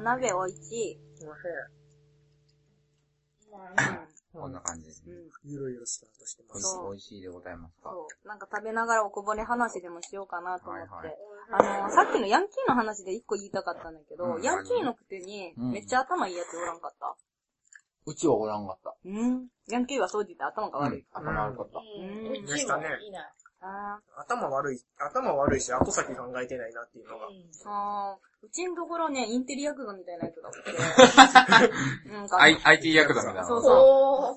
鍋美味しい。すいません。うんこんな感じですうね。ん。ゆるゆるスタートしてま美味す。しそう美味しいでございますか。そう。なんか食べながらおこぼれ話でもしようかなと思って。はいはいあの、さっきのヤンキーの話で一個言いたかったんだけど、うんヤンキーのくせに、うんめっちゃ頭いいやつおらんかった。うちはおらんかった。うん。ヤンキーは掃除って頭がう悪んい。頭悪かった。うんうん。うでしちたもねいない。あ頭悪い、頭悪いし、後先考えてないなっていうのーが。あー。うちのところね、インテリヤクザみたいなやつがおっ て。なんか、 I- IT ヤクザみたいな。そうそう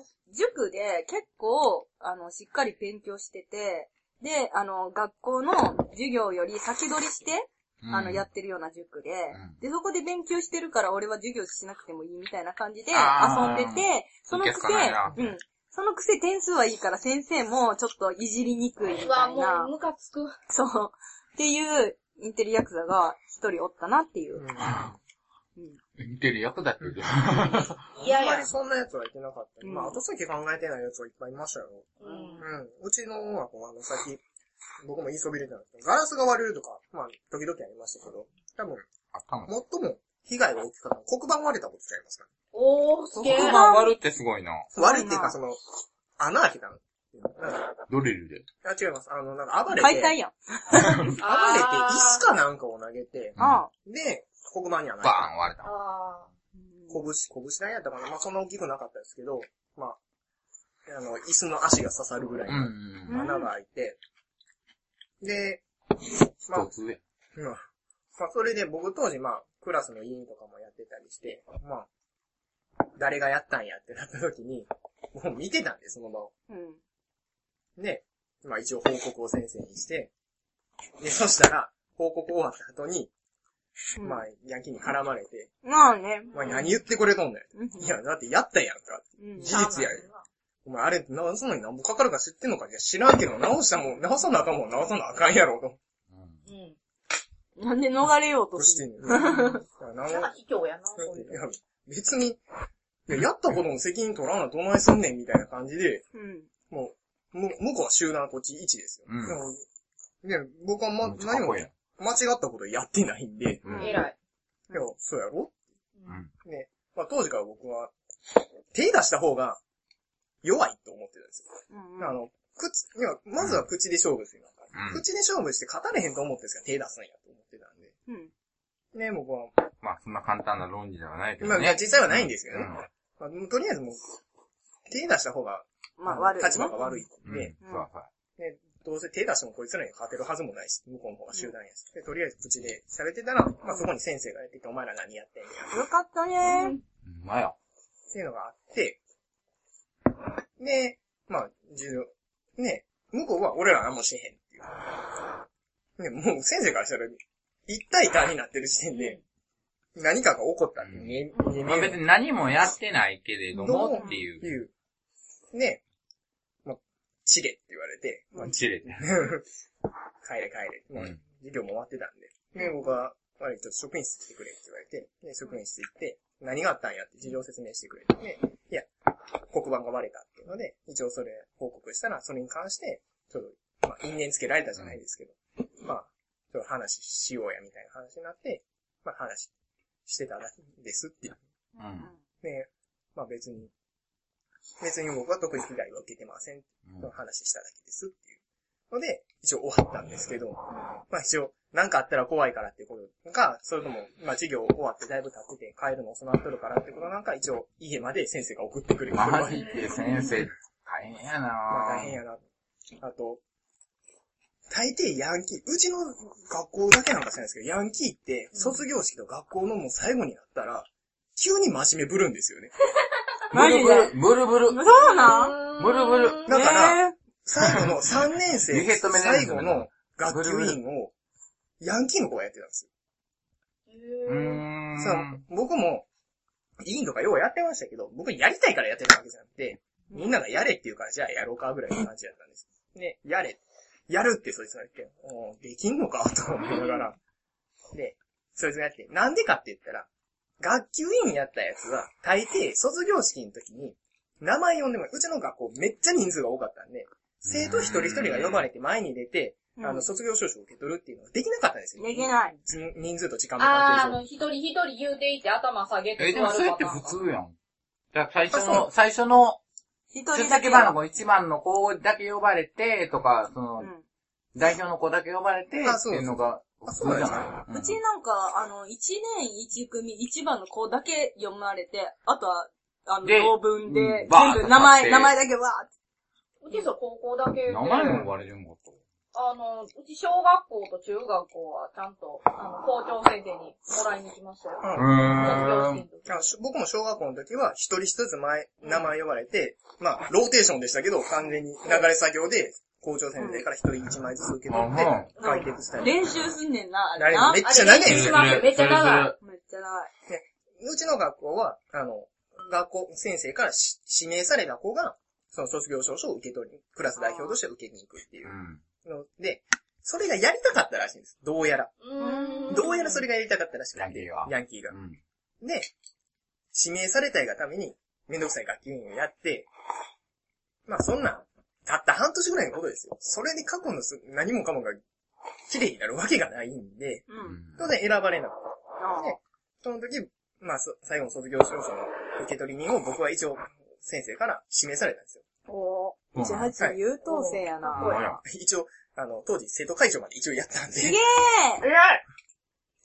おー。塾で結構、あの、しっかり勉強してて、で、あの、学校の授業より先取りして、うんあの、やってるような塾で、んで、そこで勉強してるから俺は授業しなくてもいいみたいな感じで遊んあーでて、そのくいけせすかないな、うん。そのくせ点数はいいから先生もちょっといじりにくいみたうわ、いもなう、、ムカつく。そう。っていう、インテリヤクザが一人おったなっていうう。ん。うん。似てる役だって言うてる。いやあいんまやり。そんな奴はいてなかっうた。んまあ、後先考えてない奴はいっぱいいましたよ。うんうん。うちの音楽はあの、さっき、僕も言いそびれたんですけど、ガラスが割れるとか、まあ、時々ありましたけど、多分、頭。最も被害が大きかったのは黒板割れたことちゃいますか、おー、すげえ。黒板割るってすごいな。割れっていうか、その、穴開けたの。なんかドリルで。あ、違います。あの、なんか暴れて、解暴れ体て、やん。石かなんかを投げて、あで、黒板にバー穴開けた。ン割れあーた。あ拳、拳なんやったかなまあ、そんな大きくなかったですけど、まあ、あの、椅子の足が刺さるぐらいのうん。穴が開いて、で、まあ一、つ上。うん。まあ、それで僕当時まあ、クラスの委員とかもやってたりして、まあ、誰がやったんやってなった時に、もう見てたんで、その場を。うん。うん。で、まあ一応報告を先生にして、で、そしたら、報告終わった後に、うんまあ、ヤンキーに絡まれて、まあね。まあ何言ってくれとんだよ。うんいや、だってやったやんか。うん事実やよ。お前あれ、直すのに何ぼかかるか知ってんのかいや、知らんけど、直したもん、直さなあかんもん、直さなあかんやろ、と。うんうん。なんで逃れようととしすてるんね ん。だからな直んか卑怯やな、そういいうやの。、別に、いや、やったことの責任取らなどないすんねんみたいな感じで、うん。もう、む向こうは集団こっち1ですよ。うんでもね、僕はま、めっちゃか何っもこいい間違やんったことやってないんで、うん。偉い。でも、そうやろうん。ね。まあ当時から僕は、手出した方が弱いと思ってたんですうんよ。あの、口、いや、まずは口で勝負すうる、ん口で勝負して勝たれへんと思ってんですから手出すんやと思ってたんで。うん。ね、僕は、まあ、そんな簡単な論理ではないけどまあ、いやね。実際はないんですけどね。うんまあ、でもとりあえずもう、手出した方がまあ悪い。立場が悪い。うん。で、そうそう。でどうせ手出してもこいつらに勝てるはずもないし、向こうの方が集団やし。で、とりあえず口で喋ってたら、まあそこに先生がやってきて、お前ら何やってんねんっよかったね。うんまあや。ていうのがあって、で、まあ、授業、ね、向こうは俺ら何もしてへんっていう。ね、もう先生からしたら、一対単になってる時点で、何かが起こったって見え、見えまあ別るに何もやってないけれどどもうっていってう。いう。ね、まあ、チレって言われて、まあ、一例で。 帰れ帰れ。もううん授業も終わってたんで。で、僕は、あれ、ちょっと職員室行ってくれって言われて、で、職員室行って、何があったんやって事情説明してくれて、で、いや、黒板が割れたっていうので、一応それ報告したら、それに関して、ちょっと、まあ、因縁つけられたじゃないですけど、まあ、ちょっと話しようやみたいな話になって、まあ、話してたんですっていう。ううんん。で、まあ別に、別に僕は特に被害は受けてませんうんの話しただけですっていうので、一応終わったんですけど、まあ一応、なんかあったら怖いからっていうことか、それとも、まあ授業終わってだいぶ経ってて帰るの遅なっとるからってことなんか、一応家まで先生が送ってくれる。マジで先生、大変やなまあ大変やな。あと、大抵ヤンキー、うちの学校だけなんかじゃないですけど、ヤンキーって卒業式と学校のもう最後になったら、急に真面目ぶるんですよね。ブルブル、ブルブル。そうなんブルブル。だから、ね最後の3年 リヘット生、メネ最ジメント後の学級委員を、ヤンキーの子がやってたんですううん。ーん。よ。そう僕も、委員とかようやってましたけど、僕やりたいからやってたわけじゃなくて、みんながやれって言うから、じゃあやろうかぐらいの感じだったんです。で、やれ。やるってそいつが言って、おーできんのかと思いながら。で、そいつがやって、なんでかって言ったら、学級委員やったやつは、大抵卒業式の時に、名前呼んでもらう。うちの学校めっちゃ人数が多かったんで、生徒一人一人が呼ばれて前に出て、うんあの、卒業証書を受け取るっていうのができなかったんですよ。できない。人人数と時間の関あー、あ係の、一人一人言うていって頭下げてえ、で座もそれるっパタてー普ンか。通やん。だから最初あその、最初の、一ちょ人っだだけけ。番の子、一番の子だけ呼ばれて、とか、そのう、ん。代表の子だけ呼ばれて、あってそういうのが、あ普そう通なんじゃですねないううんちなんか、あの、一年一組、一番の子だけ読まれて、あとは、あの、で同文うでん、バーッ全と部名買っ前、て名前だけわーって。うちそう、高校だけで。名前も呼ばれるんかと。あの、うち小学校と中学校はちゃんと、あの、校長先生にもらいに行きましたよ。上。ううん卒業ー式ん。のあし僕も小学校の時は、一人一つ前、名前呼ばれて、まあ、ローテーションでしたけど、完全に流れ作業で、校長先生から一人一枚ずつ受け取ってうん、。解決したり。練習すんねんな、あなれれな。めめっちゃ長いあれです一よ番めっちゃ長い。っちゃ長い。うちの学校は、あの、学校、先生からし指名された子が、その卒業証書を受け取りに、クラス代表として受けに行くっていううんので、それがやりたかったらしいんです。どうやら。うーん。どうやらそれがやりたかったらしくてヤンキーがヤンキーがう。ん。で、指名されたいがために、めんどくさい学級委員をやって、まあそんなん、たった半年ぐらいのことですよ。それで過去のす何もかもが、綺麗になるわけがないんで、うん。うん当然選ばれなかっあーた。その時、まあそ最後の卒業証書の受取人を僕は一応、先生から指名されたんですよ。 おうんー、18優等生やはな。ほんまや一応、あの、当時生徒会長まで一応やったんで。すげえ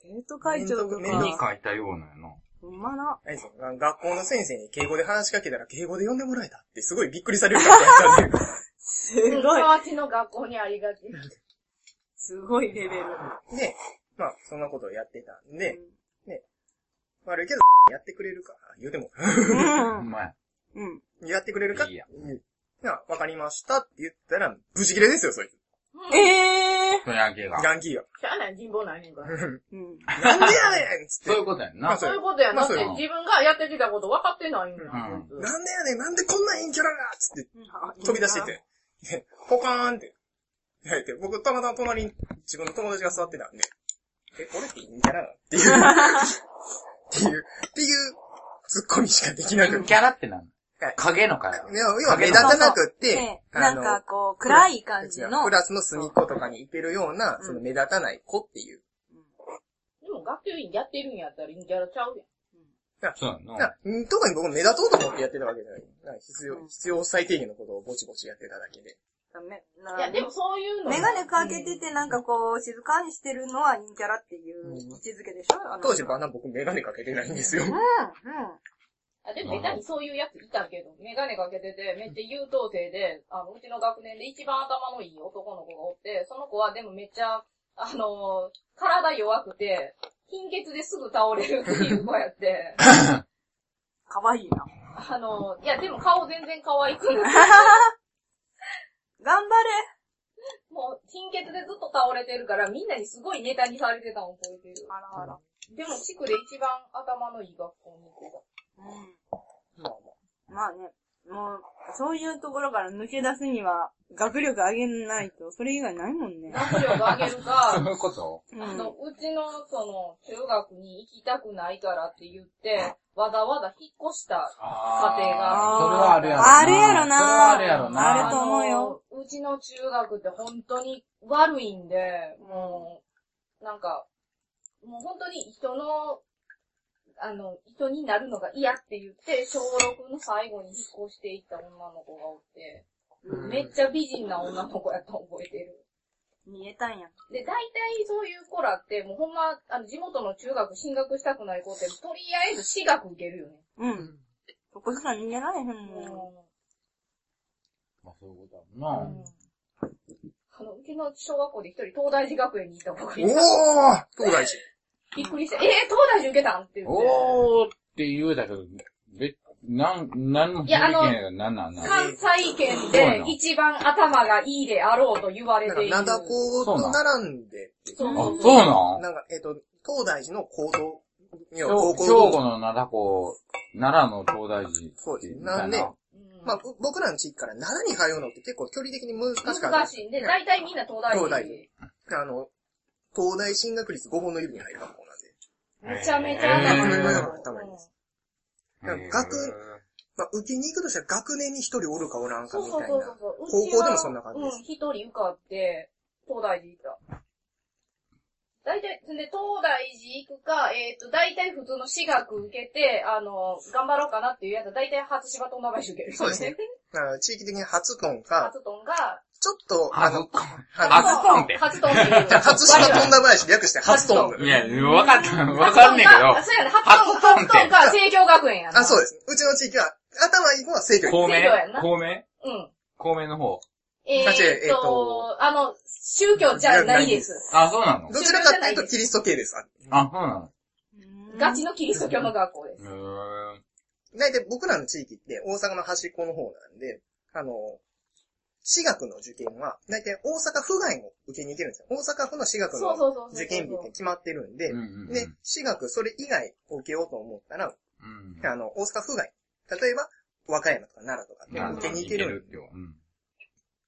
生徒会長と面倒絵くに面か、描いたようなやな。ほんまな。あれですよあの学校の先生に敬語で話しかけたら敬語で呼んでもらえたってすごいびっくりされる学校やったんで。 すうんごい、河内の学校にありがち。すごいレベル。で、まあ、そんなことをやってたんで、悪いけど、やってくれるか言うても、うんうまい。 うん。やってくれるかいいやうんなあわかりましたって言ったら、無事切れですよ、そいつ。ええそのヤンキーが。ヤンキー が。しゃあない、人望ないねんから。うん。なんでやねんっつってそうい。うことやんまなあ。そういうことや。まだっあてそうや自分がやってきたこと分かってないんだようん。こいつなんでやねんなんでこんないいキャラがっつって飛び出していって、でポカーンって。はいで僕、たまたま隣に自分の友達が座ってたんで、え、俺っていいキャラなのっていう、っていう、っていう、ツッコミしかできなくて。キャラって何はい影のキャいや要は目立たなくって、でなんかこう、暗い感じのク。ラスの隅っことかにいてるような、うんその目立たない子っていう。でも学級委員やってるんやったら陰キャラちゃうやん。そうやんだな。から特に僕目立とうと思ってやってたわけじゃない。だから必要うん、必要最低限のことをぼちぼちやってただけで。めいや、でもそういうの。メガネかけててなんかこう、静かにしてるのは陰キャラっていう位置づけでしょあの当時バナナ僕メガネかけてないんですようん、。うん。あ、でも下手にそういうやついたけど、メガネかけてて、めっちゃ優等生で、あの、うちの学年で一番頭のいい男の子がおって、その子はでもめっちゃ、あのー体弱くて、貧血ですぐ倒れるっていう子やって、 かわいいな。あのーいやでも顔全然可愛くない。頑張れもう、貧血でずっと倒れてるから、みんなにすごいネタにされてたの覚えてる。あらあら。でも地区で一番頭のいい学校に行こうん。まあまあね、もう、そういうところから抜け出すには、学力上げないと、それ以外ないもんねう。。学力上げるそうか、いうことうあん。の、うちの、その、中学に行きたくないからって言って、わざわざ引っ越した。あー家庭がそれはあるやろな。あるやろなそれはあるやろな。あると思うよあの。うちの中学って本当に悪いんで、もう、なんか、もう本当に人の、あの、人になるのが嫌って言って、小6の最後に引っ越していった女の子がおって、うんめっちゃ美人な女の子やったの覚えてる。見えたんや。で、大体そういう子らって、もうほんま、あの、地元の中学進学したくない子って、とりあえず私学受けるよね。うん。そこしか逃げられへんもん。まあそういうことやもんな。あの、うちの小学校で一人、東大寺学園に行った子がいた。おー東大寺。びっくりして、えー、東大寺受けたんって言って。おーって言うだけど、べ、なん、なんもいやあの響けへんやけど、なんなんなん。関西圏そうなでの一番頭がいいであろうと言われなんてか、いる。灘高と並んで、そうあ、そうなんなんか、えっと、東大寺の高等、いや、兵高庫校兵庫の灘子、奈良の東大寺って。そうですなんでうんまあ、ぼ僕らの地域から奈良に通うのって結構距離的に難しかった。難しいんで、大体みんな東大東寺大。あの、東大進学率5分の指に入る学校なんで。めちゃめちゃ頭へがいいー頭いいですなんか学まあ、受けに行くとしたら学年に一人おるかおらんかそうみそうたいそうそなう。そう。高校でもそんな感じですうちはうん、一人受かって、東大寺行った。大体、そんで、東大寺行くか、えっ、と、大体普通の私学受けて、あの、頑張ろうかなっていうやつは、大体初芝とんだ返し受ける。そうですね。だから地域的に初トンか、 初トンが、ちょっと、ああのの、、あの初トンって初トンっていう。じゃあ、初島飛んだ。だ林略して初トン。いや、わか った、わかんねえけどあ、そうやね。初トン、初トンか、聖教学園やな。あ、そうです。うちの地域は、頭いい子は正、教。公そう明やんな公明うん。公明の方。えだってえーーっとと、あの、宗教じゃないです。あ、そうなのどちらかっていうとキリスト系です。あ、そうなガチのキリスト教の学校です。のうーん。大体僕らの地域って大阪の端っこの方なんで、あの、私学の受験は、大体大阪府外も受けに行けるんですよ。大阪府の私そ学うのそうそうそう。受験日って決まってるんでうん、うんうん。で、私学それ以外受けようと思ったら、うんあの、大阪府外、例えば、和歌山とか奈良とかまあって受けに行けるんでってよ。うん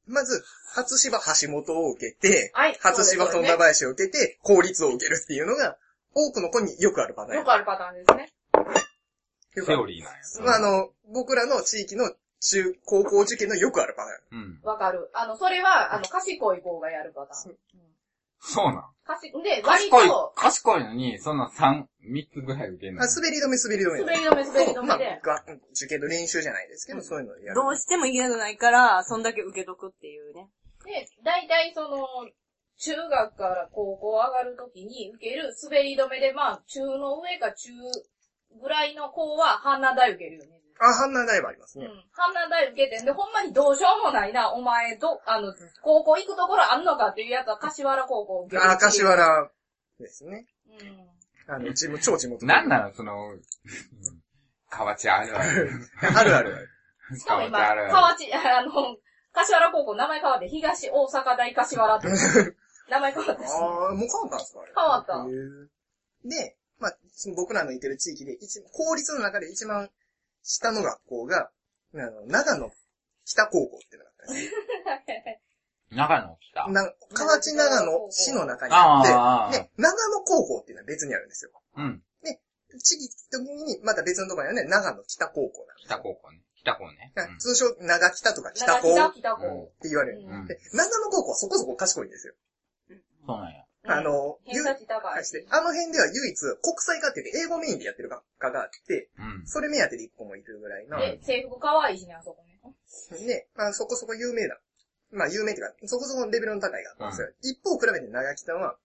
まず、初芝橋本を受けて、はい初芝そうです富ね田林を受けて、公立を受けるっていうのが、多くの子によくあるパターンよくあるパターンですね。よくセあオる。リーなんや。まあ、あの、僕らの地域の中、高校受験のよくあるパターン。うん。わかる。あの、それは、あの、賢い子がやるパターン。そうなん。賢で、割賢いと、、賢いのに、そんな3、3つぐらい受けんのあ、。滑り止め滑り止め。滑り止め滑り止めまあで、が受験の練習じゃないですけど、そういうのをやるど。うしても行けなくないから、そんだけ受けとくっていうね。で、大体その、中学から高校上がるときに受ける滑り止めで、まあ、中の上か中ぐらいの子は、半ナ大受けるよね。あ、判断台はありますうね。ん。半ナ大受けてんで、ほんまにどうしようもないな、お前、ど、あの、高校行くところあんのかっていうやつは、柏原高校受ける。あ、柏原。原ですね。うん。あの、地元、超地元。なんんなのその、 河内あるある。 あるある。 しかも今、あるある河内、 あの、柏原高校、名前変わって、東大阪大柏原って、 名前変わったし。 あー、もう変わったんですかあれ。変わったへーで、まあ、その僕らのいてる地域で、一、公立の中で一番下の学校が、あの、長野北高校っていうのがあったんですよ長野来た。な、河内長野市の中にああっあて、、で、長野高校っていうのは別にあるんですよ。うん。地域的に、また別のところにはね、長野北高校なんですよ北高校ね。北高ね。だから通称、長北とか北長高北っ北高。て言わうれる。うんん。で、長野高校はそこそこ賢いんですよ。そうなんや。あの、偏差値高い。して、あの辺では唯一国際科っていう英語メインでやってる学科があって、うん。それ目当てで一個もいるぐらいな。で、制服可愛いしね、あそこね。で、まあ、そこそこ有名だ。まあ有名っていうか、そこそこレベルの高い学校ですよ。一方比べて長北は、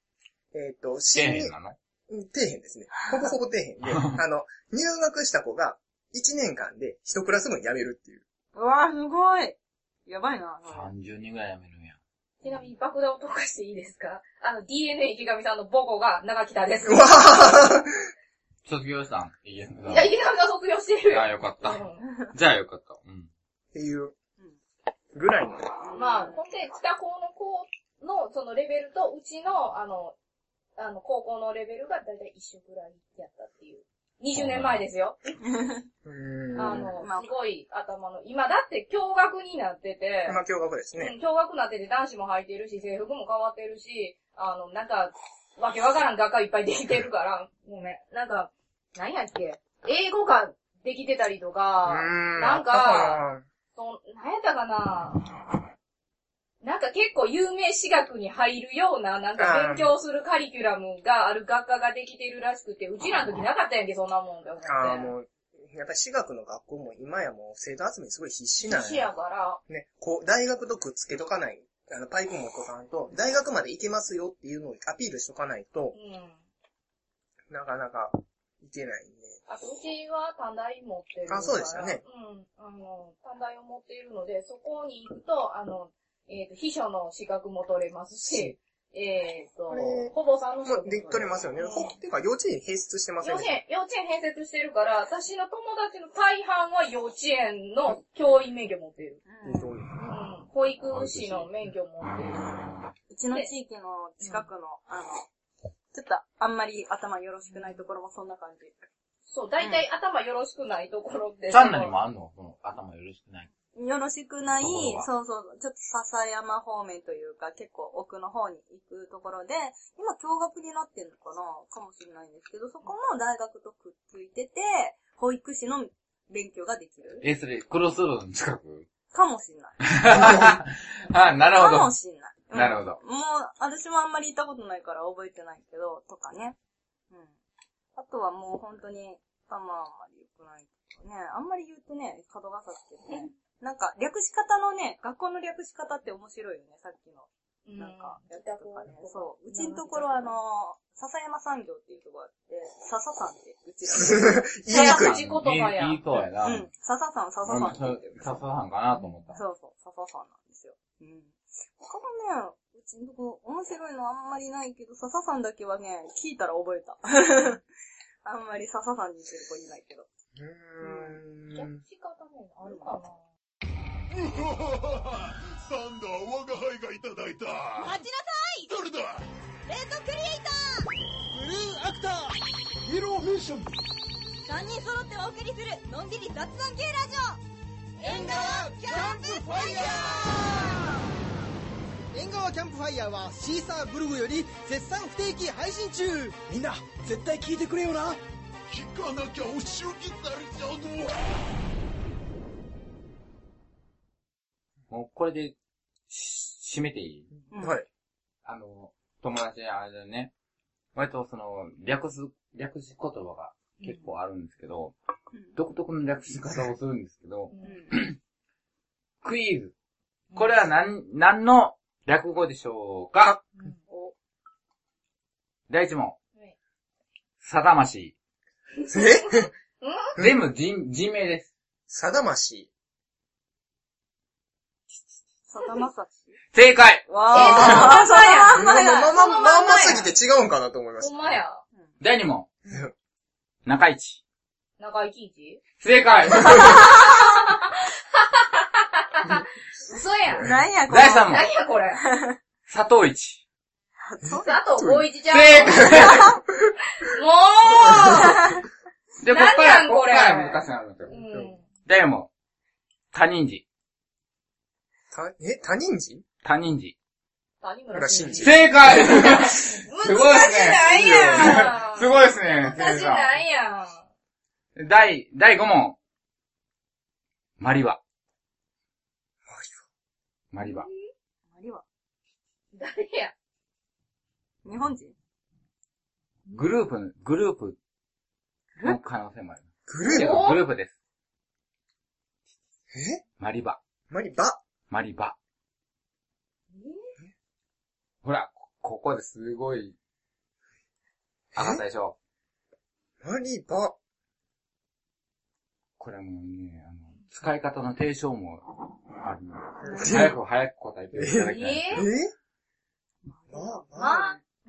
えっ、と、底新入辺なのうん底辺ですね。ほぼほぼ底辺で、あの、入学した子が1年間で1クラス分辞めるっていう。うわー、すごい。やばいな。 ?30 人ぐらいやめるんや。ちなみに爆弾を溶かしていいですかあの、DNA 池上さんの母校が長北です。うわいー卒業したんいや、いや、池上さん卒業してるああ、よ。よかっうた。じゃあよかった。うん。っていう、ぐらいの。ん。まあ、ほんで、北高の子の、そのレベルと、うちの、あの、あの、高校のレベルがだいたい一緒ぐらいやったっていう。20年前ですよ。あうーん。の、まあすごい頭の、今だって驚愕になってて、まあ、共学ですうね。ん、驚愕になってて男子も履いてるし、制服も変わってるし、あの、なんか、わけわからん学科いっぱいできてるから、ごめん。なんか、何やっけ、英語ができてたりとうーか、ん。なんかあったそん何やったかななんか結構有名私学に入るような、なんか勉強するカリキュラムがある学科ができてるらしくて、うちらの時なかったやんけ、そんなもんって思って。なああ、もう、やっぱり私学の学校も今やもう生徒集めにすごい必死なん必死やから、ね、こう、大学とくっつけとかない、あの、パイプ持っとかんと、大学まで行けますよっていうのをアピールしとかないと、うん。なかなか行けないんで。あと、うちは短大持ってるから。あそうでしたね。うん。あの、短大を持っているので、そこに行くと、あの、えっ、と、秘書の資格も取れますし、えっ、とこれ、ほぼさんの資も格う、で、取れますよね。うんほ、てか、幼稚園併設してませ幼ん稚園、幼稚園併設してるから、私の友達の大半は幼稚園の教員免許持ってる。うんどうういうん。保育士の免許持ってる。うちの地域の近くの、あの、ちょっとあんまり頭よろしくないところもそんな感じ。そう、大体頭よろしくないところって。チャンナにもあんのその頭よろしくない。よろしくないところ、はそうそう、ちょっと笹山方面というか、結構奥の方に行くところで、今共学になってるのかなかもしれないんですけど、そこの大学とくっついてて、保育士の勉強ができるえ、それ、クロスロードの近く かもしれない。あ、なるかほもど。しれない。うんなるほど。もう、私もあんまり行ったことないから覚えてないけど、とかね。うん。あとはもう本当に、まあまあ、あんまり良くないけどね。あんまり言うとね、角がさってね。なんか、略し方のね、学校の略し方って面白いよね、さっきの。なんか、やつとかね。そう。うちのところあの、笹山産業っていうところあって、笹さんって、うちら。言いにくい。口言葉やいいいいそうやな。うん。笹さん、笹さん俺もって言さってる。ささんかなと思った。そうそう、笹さんなんですよ。うん。他のね、うちのとこ面白いのあんまりないけど、笹さんだけはね、聞いたら覚えた。 あんまり笹さんに似てる子いないけど。うーん逆。し方もあるかな。サンダー、我が輩がいただいた。待ちなさいどれだレッドクリエイタブルーアクター、イエローフィッション、ー !3 人揃ってお送りする、のんびり雑談系ラジオ縁側キャンプファイヤ縁側キャンプファイヤーはシーサーブログより絶賛不定期配信中みんな絶対聞いてくれよな聞かなきゃお仕置きされちゃうぞ。もうこれで、し、締めていいうんはい。あの、友達にあれだね。割とその、略す、略し言葉が結構あるんですけど、うん独特の略し方をするんですけど、うんクイズ。これは何、何の略語でしょうかうんお第一問はい。さだまし。え全部人、人名です。さだまし。笹まさし。正解わあ、まさやまあまあ まあまあまあますぎて違うんかなと思いましほたん。まや。第二問。中市。長生き一正解 嘘やん。なんや、こ第三れ。問。何やこれ。佐藤市。佐藤浩一ちゃん。正解もうで、こっから、何やんここっかれら難しくなるんですよ。うん。第四問。他人事。た、え、他人事他人事。谷村村新新司。司。正解 難しすごいないやん。すごいですね。難しないやん。第、第5問。マリワ。マリワ。あれは誰や。日本人グループ、グループの可能性もある。グルーおグループです。プえマリバ。マリバマリバ。ほら、こここですごい、上がったでしょ。マリバこれはもうね、あの、使い方の提唱もあるので、早く早く答えていただきたい。ええまあ、まあま、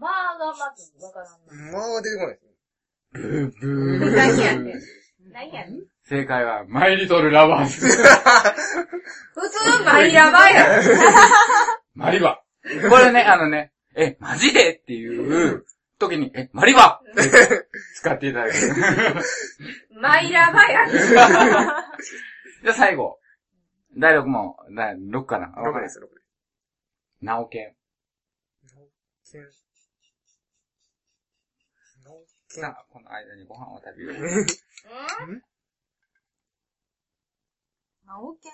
まあがまずわからんな。まあ出てこないですね。ブーブー何やねん。何やねん。正解は、マイリトルラバー ズ。普通マイラバやん。マリバ。これね、あのね、え、マジでっていう時に、え、マリバって使っていただく。マイラバやん。じゃあ最後。第6問、第6かな6です、6なおけん。です。さあ、この間にご飯を食べよう。なおけん。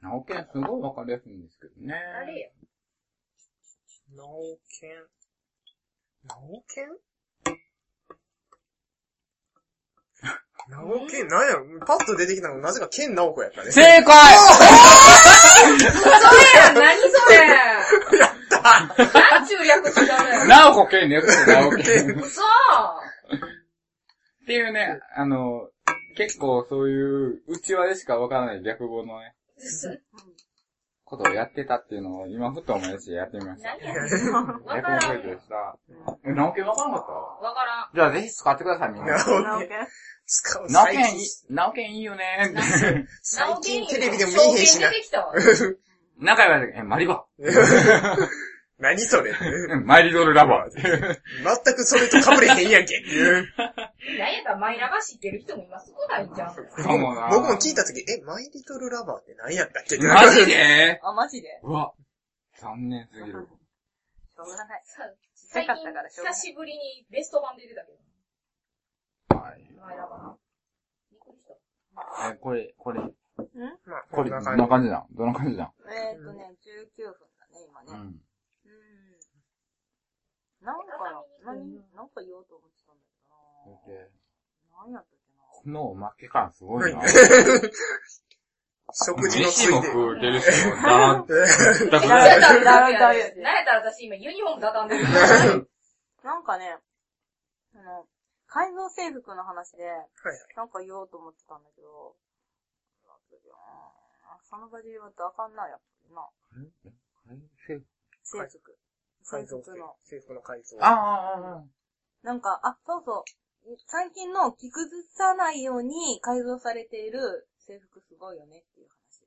なおけんすごいわかりやすいんですけどね。誰や。なおけん。なおけんなおけん、なんやろパッと出てきたの、なぜかケンナオコやったね。正解それやん、何それ。何ちゅう略したのや。なおこけんですなおけ ん。っ嘘ていうね、あの、結構そういう、うちわでしかわからない略語のね、ことをやってたっていうのを今ふと思い出してやってみました。何やねん。わ略か語らクんイズ。でした。え、なおけんわからなかっわからん。たじゃあぜひ使ってください、みんな。ななおおけけんん。。使うなおけん最いい近、、なおけんいいよねー最近テレビでも見えへんし証な券出。てきたわ。仲良い、え、マリバ。何それえマイリドルラバー。全くそれと被れへんやん けっていう。何やったらマイラバ知ってる人も今少ないんじゃん。かもな僕も聞いたとき、え、マイリトルラバーって何やったっけってマジであ、マジでうわ、残念すぎる。しょうがない。最かっ近たからしょうがない久しぶりにベスト版出てたけど。はい。マイラバ。びっくりした。え、これ、これ、まあ、ここれ、んどなん感な。感じじだどんな感じだえーっとね、19分だね、今うね。ん。うなんか、畳に何、なんか言おうと思ってたんだけどな何やったっけなこのおまけ感すごいな。食事のつ飯いもで。 食うてるし、なん全 くダメなだい。ダメだ慣れたら私今ユニフォーム畳んでる。 なんかね、あの、改造制服の話で、はいはいなんか言おうと思ってたんだけど、なんだっけなその場で言わんとあかんな、やっぱりな。制服。制改造服の。制服の改造。ああ、なんか、あ、そうそう。最近の着崩さないように改造されている制服すごいよねっていう話。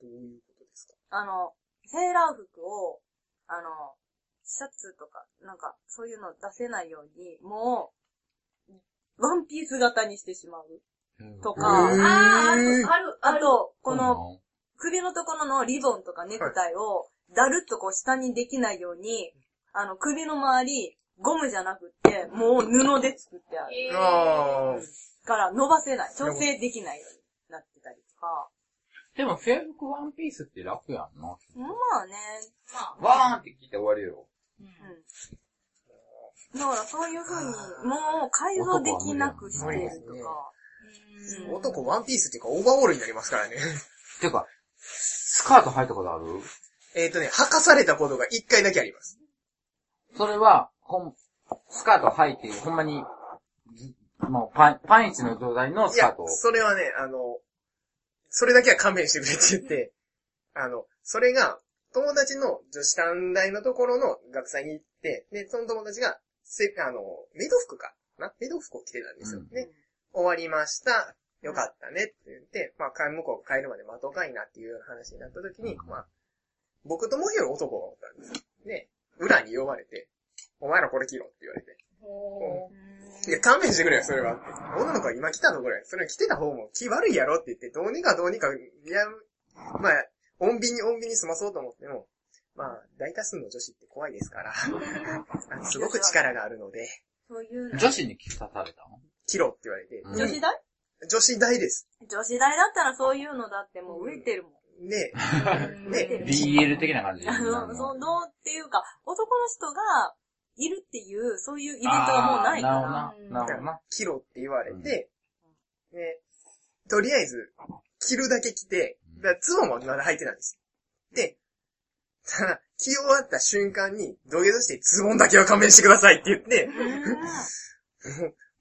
どういうことですかあの、セーラー服を、あの、シャツとか、なんか、そういうの出せないように、もう、ワンピース型にしてしまう。とかへーあー、ある、ある、あある。と、この、、首のところのリボンとかネクタイを、だるっとこう下にできないように、あの、首の周り、ゴムじゃなくって、もう布で作ってある。えーあから伸ばせない。調整できないようになってたりとか。でも制服ワンピースって楽やんな。まあね、まあ、わーんって聞いて終わりよ。うん。だからそういう風に、もう改造できなくしてるとか。あ。男ワンピースっていうかオーバーオールになりますからね。 てか、スカート履いたことあるえっとね、履かされたことが一回だけあります。それは、ほん、スカート履いて、ほんまに、ぎもうパン、パンイチの状態のいスカやート、を。それはね、あの、それだけは勘弁してくれって言って、 あの、それが、友達の女子短大のところの学祭に行って、で、その友達が、せ、あの、メイド服かなメイド服を着てたんですよ。うんで、終わりました。よかったねって言って、まあ、帰向こう帰るまで待とうかいなっていうような話になった時に、うんまあ、僕ともう一人男がおったんですよ。で、裏に呼ばれて、お前らこれ着ろって言われて。ほいや、勘弁してくれよ、それはって。女の子は今来たのこれ。それ来てた方も気悪いやろって言って、どうにかどうにか、いや、まあ、穏便に穏便に済まそうと思っても、まあ、大多数の女子って怖いです から、あのすごく力があるので、そういうの。女子に着さされたの切ろって言われて、うん女子大女子大です。女子大だったらそういうのだってもう飢えてるもん。ね、う。ねうん ?BL 的な感じになあるのの、その、っていうか、男の人がいるっていう、そういうイベントがもうないかあら。ーなるほどな。なるほどな。切ろって言われて、ね、とりあえず、着るだけ着て、だからズボンはまだ履いてないんです。で、 ただ、着終わった瞬間に、土下座してズボンだけは勘弁してくださいって言って、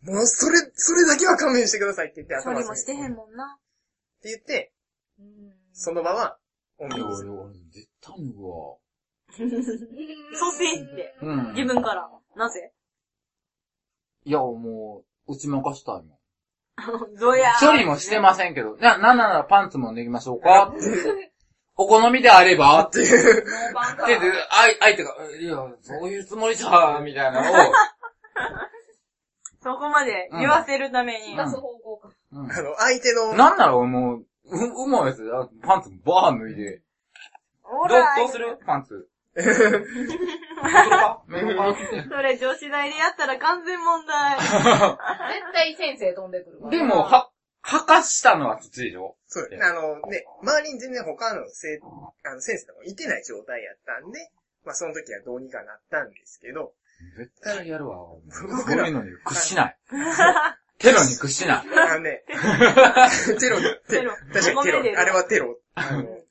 もうそれ、それだけは勘弁してくださいって言って、処頭理下もげしてへんもんな。って言って、その、の場は、おい見やです俺、。俺、絶対脱ぐわ。そうせえって。うん。自分から。なぜいや、もう、打ち負かしたいもん。どや処理もしてませんけど、な、なんならパンツも脱ぎましょうかって。お好みであればって。で、ノーパンかで、あい、相手が、いや、そういうつもりじゃ、みたいなのを、そこまで言わせるために。出す方向か。うんあの、相手の、なんなら俺もう、う、うまいやつ、あパンツバーン脱いで。ほどう、ら、どうするパンツ。どうするか メロンパンそれ女子大でやったら完全問題。絶対先生飛んでくるわ。でも、は、はかしたのはきついでしょそう、あのね、周りに全然他のせあの先生とかもいてない状態やったんで、まあその時はどうにかなったんですけど、絶対やるわ。僕そらういうのに屈し ない。テロに屈しない。あのね、テロ、テテロロ、確かにテごめんねロ、あれはテロ。あの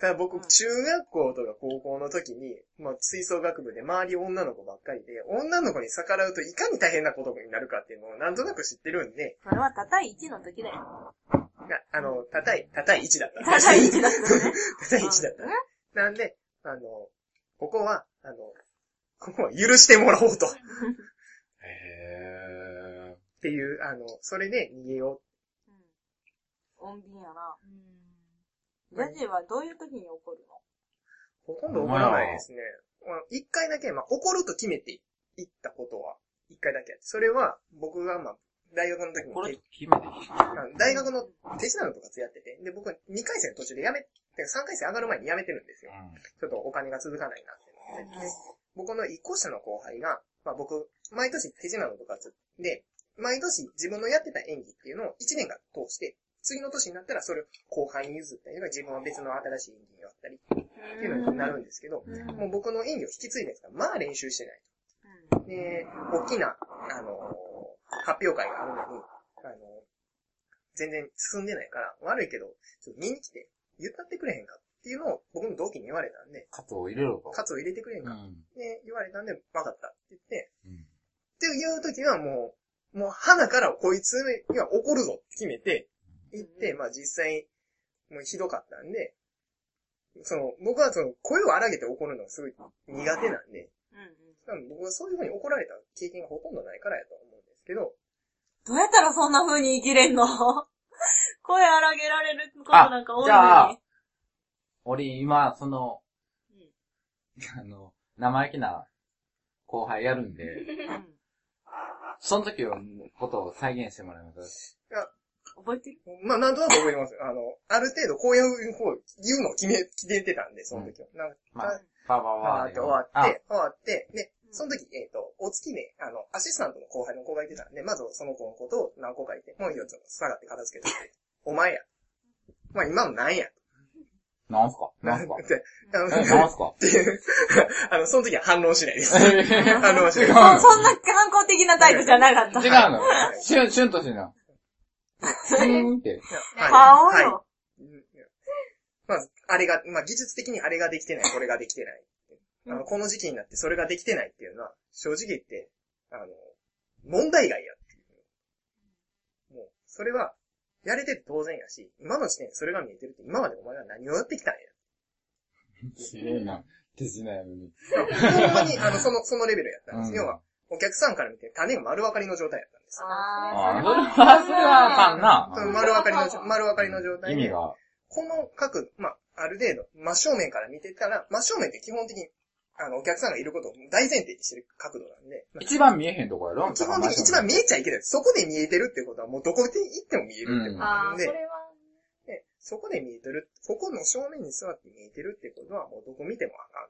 ただ僕、中学校とか高校の時に、まあ、吹奏楽部で周り女の子ばっかりで、女の子に逆らうといかに大変なことになるかっていうのをなんとなく知ってるんで、それは高い1の時だよ。なあの、高い、高い位置だった。高い1だった ね。高い位置だった。なんで、あの、ここは、あの、ここは許してもらおうと。へっていう、あの、それで逃げようん。穏便やな。女子はどういう時に怒るのう。ほとんど怒らないですね。まあ一回だけ、まあ、怒ると決めて行ったことは、一回だけあって。それは、僕が、まあ、大学の時ー。にこれ手、、決めていいあの大学の手品の部活やってて、で、僕は2回生の途中でやめ、てか3回生上がる前に辞めてるんですよ。ちょっとお金が続かないなってなって。で僕の一個下の後輩が、まあ、僕、毎年手品の部活で、毎年自分のやってた演技っていうのを1年間通して、次の年になったらそれを後輩に譲ったりとか自分は別の新しい演技をやったりっていうのになるんですけど、うんもう僕の演技を引き継いでるんですから、まあ練習してない。で、大きな、あの、発表会があるのに、あの、全然進んでないから、悪いけど、ちょっと見に来て、言ったってくれへんかっていうのを僕の同期に言われたんで、カツを入れろと。カツを入れてくれへんうか、ん。で、言われたんで、わかったって言って、うん。っていう時はもう、もう花からこいつには怒るぞって決めて、行って、まあ実際、もうひどかったんで、その、僕はその、声を荒げて怒るのがすごい苦手なんで、うんうん。多分僕はそういう風に怒られた経験がほとんどないからやと思うんですけど、どうやったらそんな風に生きれんの 声荒げられることあなんか多いじゃのあに。俺今、そのうん、あの、生意気な後輩やる んで、うんその時のことを再現してもらいます。覚えてるまあなんとなく覚えてます。あの、ある程度こういう方、言うのを決め、決めてたんで、その時は。なんか、まあ、パワーあワーーっでて終わって、終わって、で、その時、えっ、と、お月ね、あの、アシスタントの後輩の子がいてたんで、まずその子のことを何個か言って、もういいよ、ちょっと下がって片付けてって、お前や。まあ今のなんや。あなんすかなんすかって、あの、え、なんすか っていう、あの、その時は反応しないで す。違反応はしない。違うそ、そんな反抗的なタイプじゃなかった。うのシュン、シュンとしな。シュンって。顔はいよ。うんまあ、あれが、まあ技術的にあれができてない、これができてない。あの、この時期になってそれができてないっていうのは、正直言って、あの、問題外やっていう。もう、それは、やれてて当然やし、今の時点でそれが見えてるって、今までお前は何をやってきたんや。強いな。手品やのに。ほんまに、あの、その、そのレベルやったんです。うん要は、お客さんから見て種が丸分かりの状態やったんです。あああ、それは、それはあかんそのな。丸分かりのじょ、丸分かりの状態意で味が。この各、まあ、ある程度、真正面から見てたら、真正面って基本的に、あの、お客さんがいることを大前提にしてる角度なんで、ま一番見えへんとこやあろ基本的に一番見えちゃいけない。そこで見えてるっていうことは、もうどこで行っても見えるってことなあんー、で、それは、でそこで見えてる、ここの正面に座って見えてるってことは、もうどこ見てもあかん。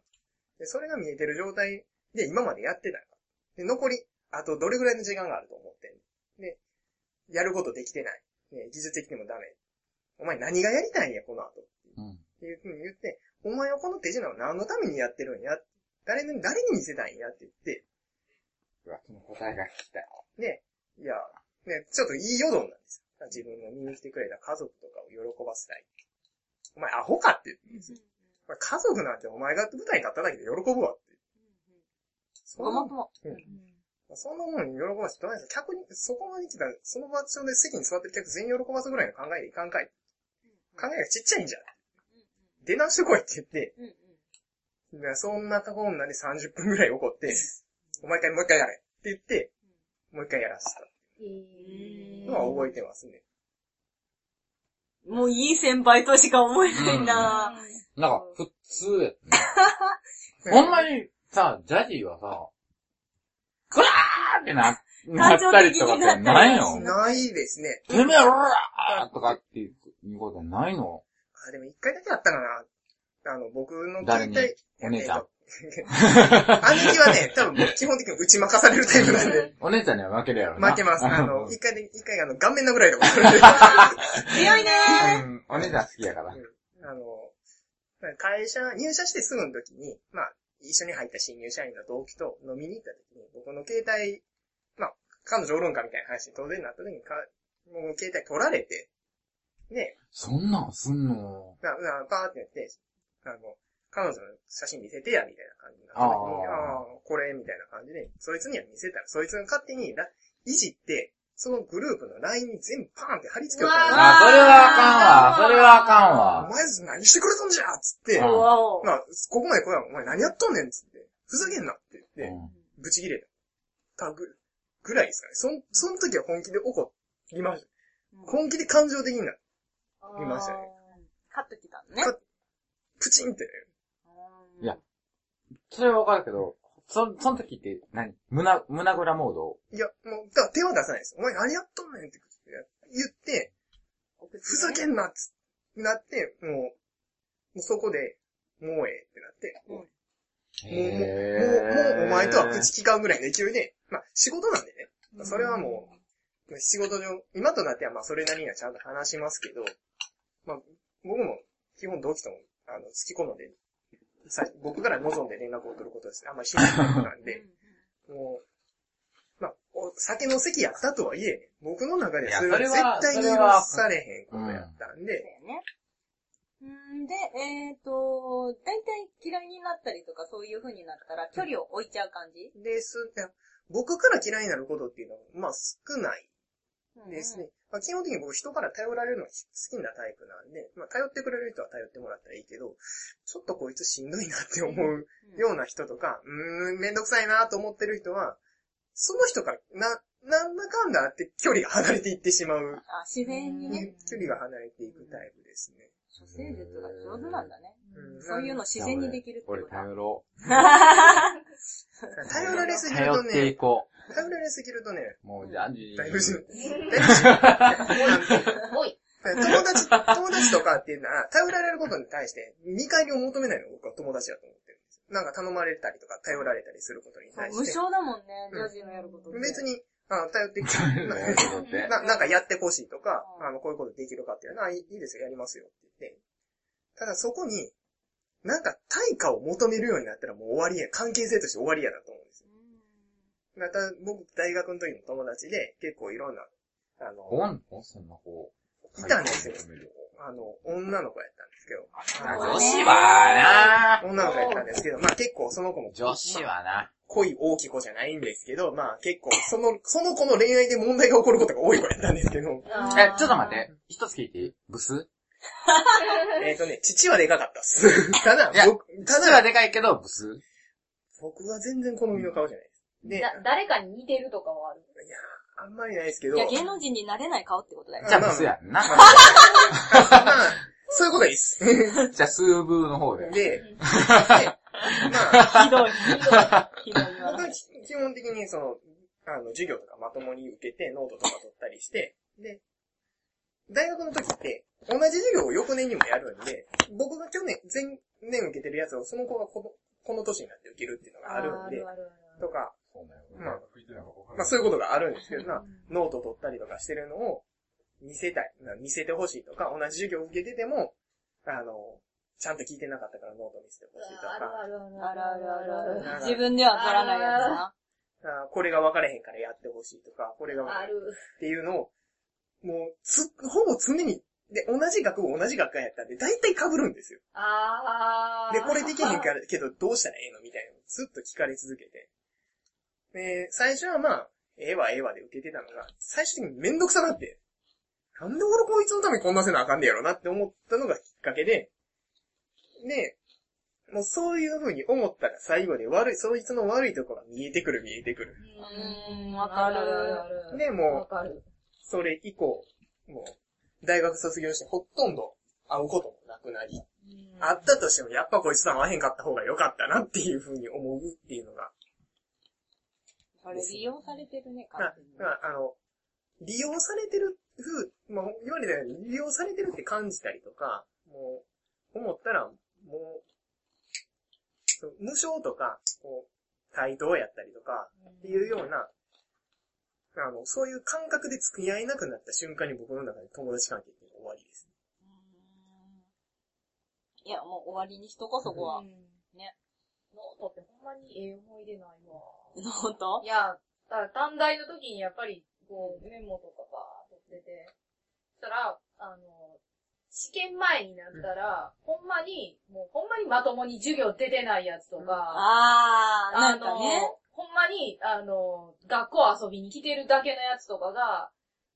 で、それが見えてる状態で今までやってたから。で、残り、あとどれぐらいの時間があると思ってんので、やることできてない。ね、技術的にもダメ。お前何がやりたいんや、この後。うん。っていうふうに言って、お前はこの手品を何のためにやってるんや誰に、誰に見せたいんやって言って、うわ、その答えが聞きたい。ね、いや、ね、ちょっといいよどんなんですよ。自分の見に来てくれた家族とかを喜ばせたい。お前アホかって言ってるんですよ。お前家族なんてお前が舞台に立っただけで喜ぶわって。そごんなもっとも。そんなもんに喜ばせてどないですか客に、そこまで来たら、その場所で席に座ってる客全員喜ばすぐらいの考えでいかんかい。考えがちっちゃいんじゃん。出直してこいって言って、うんうんいやそんなとこんなで30分ぐらい怒って、お前一回もう一回やれって言って、もう一回やらせたのは覚えてますね。もういい先輩としか思えないななんか、普通やったね。ほんまに、さ、ジャジーはさ、ぐらーって な、なったりとかってないのないですね。てめえ、うらーとかっていうことはないのあ、でも一回だけあったかな。あの、僕の誰に携帯お姉ちゃん。えっと 兄貴はね、多分僕基本的に打ち負かされるタイプな んで、お姉ちゃんには負けるやろな。負けます。あ の、う一回で、一回あの、顔面殴られたことあるんで。強いねんお姉ちゃん好きやから。あの、会社、入社してすぐの時に、まあ、一緒に入った新入社員の同期と飲みに行った時に、僕の携帯、まあ、彼女おるんかみたいな話に当然なった時にか、もう携帯取られて、ね、そんなんすんのな、な、パーってやって、あの、彼女の写真見せてや、みたいな感じになった時に、あああー、これ、みたいな感じで、そいつには見せたら、そいつが勝手にら、いじって、そのグループの LINE に全部パーンって貼り付けようと思ってうあ、それはあかんわ。それはあかんおわ。前何してくれたんじゃっつって、うーんわお。まあ、ここまで来いお前何やっとんねんっつって、ふざけんなって言って、うブチ切れた。ぐ、ぐらいですかね。そん、その時は本気で怒りました。本気で感情的になる。いましたねカットきたのねカッ。プチンって。うんいや。それはわかるけど、そ、その時って何胸、胸ぐらモードいや、もう、だから手は出さないです。お前何やっとんねんって言って、ふざけんなっつ、なって、もう、もうそこで、もうええってなって、もう、もう、もうお前とは口利かんぐらいの勢いで、まあ、仕事なんでね。それはもう、仕事上、今となってはまあそれなりにはちゃんと話しますけど、まあ、僕も基本同期とも、あの、好き好 んで、さ僕から望んで連絡を取ることですね。あんまりしないタイプなんで、もう、酒の席やったとはいえ、僕の中でそれいはやそれは絶対に許されへんことやったんだで、よね。うんで、えっ、と、だいたい嫌いになったりとかそういう風になったら距離を置いちゃう感じ、です、いや僕から嫌いになることっていうのは、まあ少ないうんですね。。まあ、基本的に僕人から頼られるのが好きなタイプなんで、まあ頼ってくれる人は頼ってもらったらいいけど、ちょっとこいつしんどいなって思ううんような人とか、うーん、めんどくさいなと思ってる人は、その人から、な、なんだかんだあって距離が離れていってしまう。あ、自然にね、距離が離れていくタイプですね。処世術が上手なんだね。うんそういうの自然にできるってこと俺、だ。頼ろう。頼られすぎる頼とっていね、こ頼られすぎるとね、う。もう、じゃあ、じだいぶし、だいぶし、 おい。 友達、友達とかっていうのは、頼られることに対して、見返りを求めないのが僕は友達だと思ってるんです。なんか頼まれたりとか、頼られたりすることに対無して、償だもんね、ジうャんジのやることって。別に、あ頼ってきて、 なって。 ななんかやってほしいとか、うんあの、こういうことできるかっていうのは、あいいいいですよ、やりますよって言って。ただそこに、なんか対価を求めるようになったらもう終わりや、関係性として終わりやだと思うんですよ。また、僕、大学の時の友達で、結構いろんな、あの、おんのそんな子。いたんですよ。あの、女の子やったんですけど。あ女女子子はな女の子やったんですけど、まあ結構その子も、女子まあはな。恋大きい子じゃないんですけど、まあ結構、その、その子の恋愛で問題が起こることが多い子やったんです けど、あーえ、ちょっと待って。一つ聞いていいブスえっとね、父はでかかったっす。 ただいや、僕、た父はだ、でかいけど、ブス僕は全然好みの顔じゃないです。で、いやだ、誰かに似てるとかはある。あんまりないですけど、いまや、芸能人になれない顔ってことだよ。じゃあブスやんな。あ、そういうことです。 じゃあスーブーの方で。で、でまあ、ひどい、ひどい、ひどい僕はわ。基本的にその、あの、授業とかまともに受けて、ノートとか取ったりして、で、大学の時って、同じ授業を翌年にもやるんで、僕が去年、前年受けてるやつをその子がこの、この年になって受けるっていうのがあるんで、あるとか、そうだよまあまあそういうことがあるんですけど、まあ、ノート取ったりとかしてるのを見せたい、な見せてほしいとか、同じ授業を受けてても、あの、ちゃんと聞いてなかったからノート見せてほしいとか、あるあるあるあるあるなんか自分では取らないやつな。あこれが分からへんからやってほしいとか、これが分からへんある。っていうのを、もう、つ、ほぼ常に、で、同じ学部同じ学科やったんで、大体被るんですよ。あー。で、これできへんから、けどどうしたらええのみたいなのをずっと聞かれ続けて。で、最初はまあ、ええわええわで受けてたのが、最終的にめんどくさなって、なんで俺こいつのためにこんなせなあかんねやろなって思ったのがきっかけで、で、もうそういう風に思ったら最後で悪い、そいつの悪いところが見えてくる見えてくる。ううーんわかるああるで、もうわ、かる。それ以降、もう、大学卒業してほとんど会うこともなくなり、会ったとしてもやっぱこいつとは会えへんかった方が良かったなっていうふうに思うっていうのが、それ利用されてるね、ま完あ全に。まあ、あの、利用されてるふう、まあ、言われたように利用されてるって感じたりとか、もう、思ったら、もう、そう無償とか、こう、対等やったりとか、っていうような、あの、そういう感覚で付き合えなくなった瞬間に僕の中で友達関係っていうのは終わりです。いや、もう終わりにしとこ、そこはう。んね。ノートってほんまにええ思い出ないわ。本当いや、だから短大の時にやっぱり、こう、メモとかばーっと取ってて、そしたら、あの、試験前になったら、ほんまに、もうほんまにまともに授業出てないやつとか、あー、なあんのかね。、ほんまに、あの、学校遊びに来てるだけのやつとかが、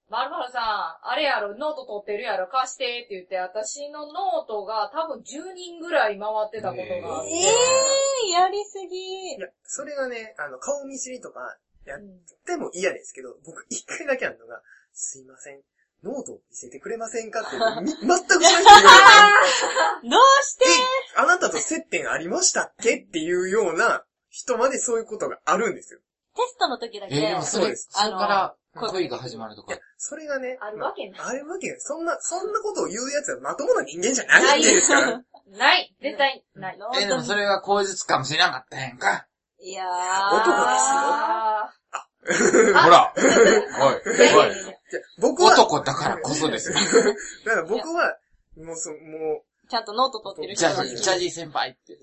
まるまるさん、あれやろ、ノート取ってるやろ、貸してって言って、私のノートが多分10人ぐらい回ってたことがあってえー、やりすぎい。や、それがね、あの、顔見知りとか、やっうんても嫌ですけど、僕一回だけあるのが、すいません、ノートを見せてくれませんかって、み全くそういう人が言わない。どうしてえ、あなたと接点ありましたっけっていうような人までそういうことがあるんですよ。テストの時だえー、でけも。それ、それからあの恋が始まるといかや。、それがね、あるわけないまああるわけない。そんな、そんなことを言う奴はまともな人間じゃないんですから。ない絶対ない。ノえー、でもーそトれが口実かもしれなかったやんか。いやー。あほら。おーいやい、いおや いい。やいや僕は、男だからこそ ですよ。だから僕は、もうそ、もちゃんとノート取ってるジ人ャだジー、ジャジー先輩って。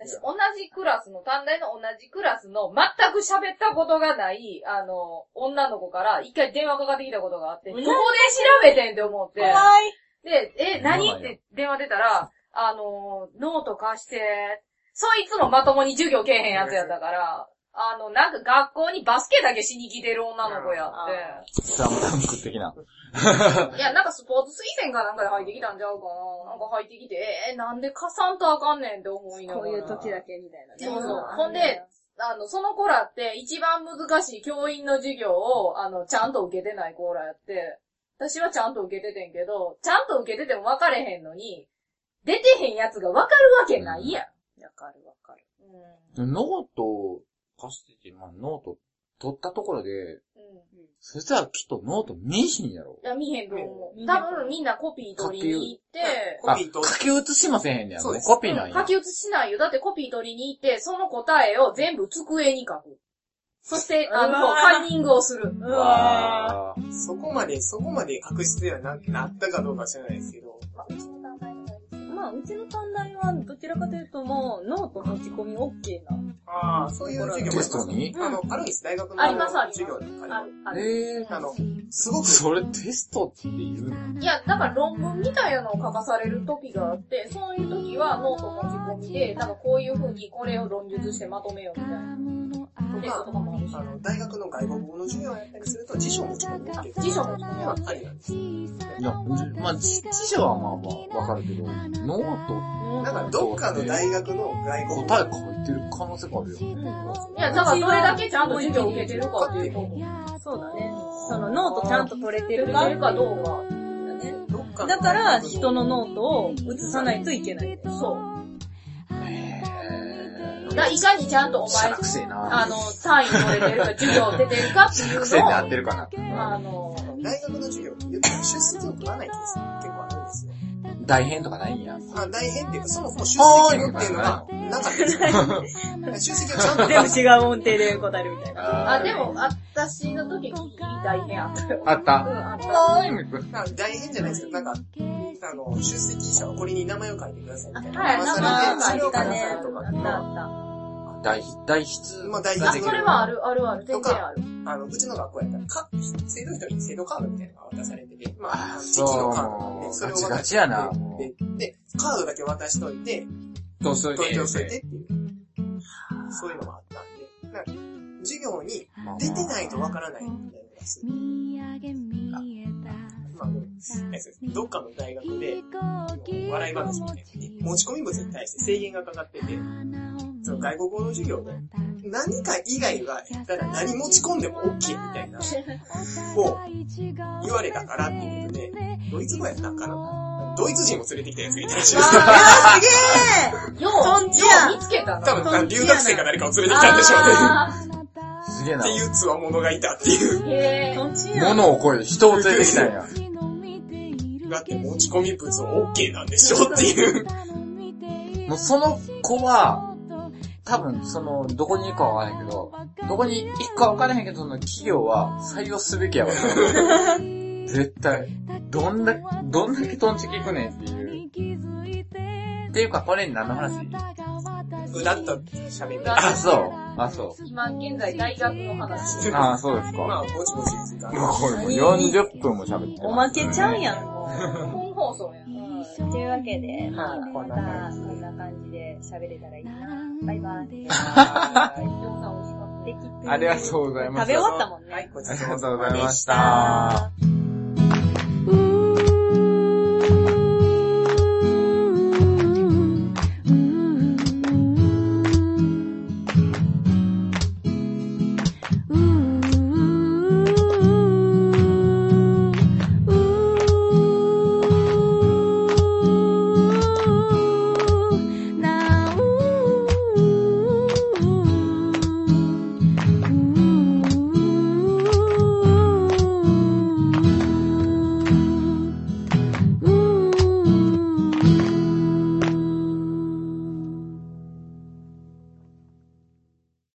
私、同じクラスの、短大の同じクラスの、全く喋ったことがない、あの、女の子から、一回電話かかってきたことがあって、うどんこで調べてんって思って、怖い。で、え、何そうっなんやて電話出たら、あの、ノート貸して、そいつもまともに授業けえへんやつやったから、あの、なんか学校にバスケだけしに来てる女の子やっスラムダンク的な。て。いや、なんかスポーツ推薦かなんかで入ってきたんちゃうかな。なんか入ってきて、えー、なんで貸さんとあかんねんって思いながこら。ういう時だけみたいなね。そうそうほんで、あの、その子らって一番難しい教員の授業を、あの、ちゃんと受けてない子らやって、私はちゃんと受けててんけど、ちゃんと受けてても分かれへんのに、出てへんやつが分かるわけないやん。わかるわかる。うん。ノートを貸してて、まあ、ノート取ったところで、うん。そしたらきっとノート見えへんやろい。や、見えへんと思うんう。多分みんなコピー取りに行って、コピーと、書き写しませんへんねやそうろ。ですコピーなんうんや。書き写しないよ。だってコピー取りに行って、その答えを全部机に書く。そして、あうわの、ーカンニングをする。うわー。わーそこまで、そこまで確実ではななったかどうかは知らないですけど、まあうちの段階の方がいいですまあ、うちの短大はどちらかというともう、ノート持ち込み OK な。ああ、そういう授業テストにあの、あるんです、大学のありますあります授業とかあで。る、ある。えあの、すごー、く、それテストって言うのいや、だから論文みたいなのを書かされる時があって、そういう時はノート持ち込みで、なんかこういう風にこれを論述してまとめようみたいな。テストとかもあるしあの、大学の外国語の授業をやったりすると、辞書を持ち込んでっていう辞書ものはありなんです。いや、じまあ、じ辞書はまあまあ、わかるけど、ノートなんか、どっかの大学の外国語答え書いてる可能性があるよね。いや、だからどれだけちゃんと授業受けてるかっていうのを。そうだね。そのノートちゃんと取れて受るけかてっているうかどうだか。ね。どっかのだから、人のノートを移さないといけない。そう。へだからいかにちゃんとおしゃ前ら、くせえな。あの、単位取れてるか、授業出てるかっていう癖になのってるかな。を、あの、大学の授業、出席を取らないケース結構あるんですよ。大変とかないんや。あ大変っていうか、そもそも出あー席をっていうのがなかったんですよ。出席をちゃんと全部違う音程で答えるみたいな。あ、でも、私の時、大変あったよ。あったうん、あった。はーい、みたいななんか大変じゃないですか。なんか、あの、出席者はこれに名前を書いてくださいみたいな。はい、まあなんそか、れで、それを書いてくださいとあったか。あった。大筆、大筆まあ大筆があ、できそるれ。はある、あるある、全然ある。あの、うちの学校やったら、か、生徒一人に生徒カードみたいなのが渡されてて、まあ、あ地そう域のカードなんで、それを渡してガチガチやなもうで、でカードだけ渡しといて、と、それ東で京、してっていう。そういうのもあったんで、なんか授業に出てないとわからないみたいなのがすごいまあでも、あれですねどっかの大学で、笑い話みたいなね、持ち込み物に対して制限がかかってて、その外国語の授業で、何か以外は、だから何持ち込んでも OK みたいな、を言われたからっていうことで、ドイツ語やったんかな。ドイツ人を連れてきたやつがいたらしいです。よとう、んよちやう見つけたな。多分、留学生か誰かを連れてきたんでしょうね。すげえっなて。いうつわものがいたっていう。へどっちやん。物を超えて人を連れてきたん や。だって持ち込み物は OK なんでしょって いう。もうその子は、多分その、どこに行くかわからへんけど、どこに行くかわからへんけど、その企業は採用すべ きやわ。 絶対。どんだ、どんだけトンチキ行くねんっていう。っていうか、これ何の話 うだった喋りぇ方。ー。あ、そう。あ、そ今現在大学の話。う。あ、そうですか。まあ、もうぼちぼちです が。これもう40分も喋っておまけちゃうやん。本放送やん。うんというわけで、まあ、こまんな感たこんな感じで喋れたらいいな。バイバ イ。さん美味しかったできてありがとうございました食べ終わったもんね。はい、ごちありそうがさとうまございでまし。したた。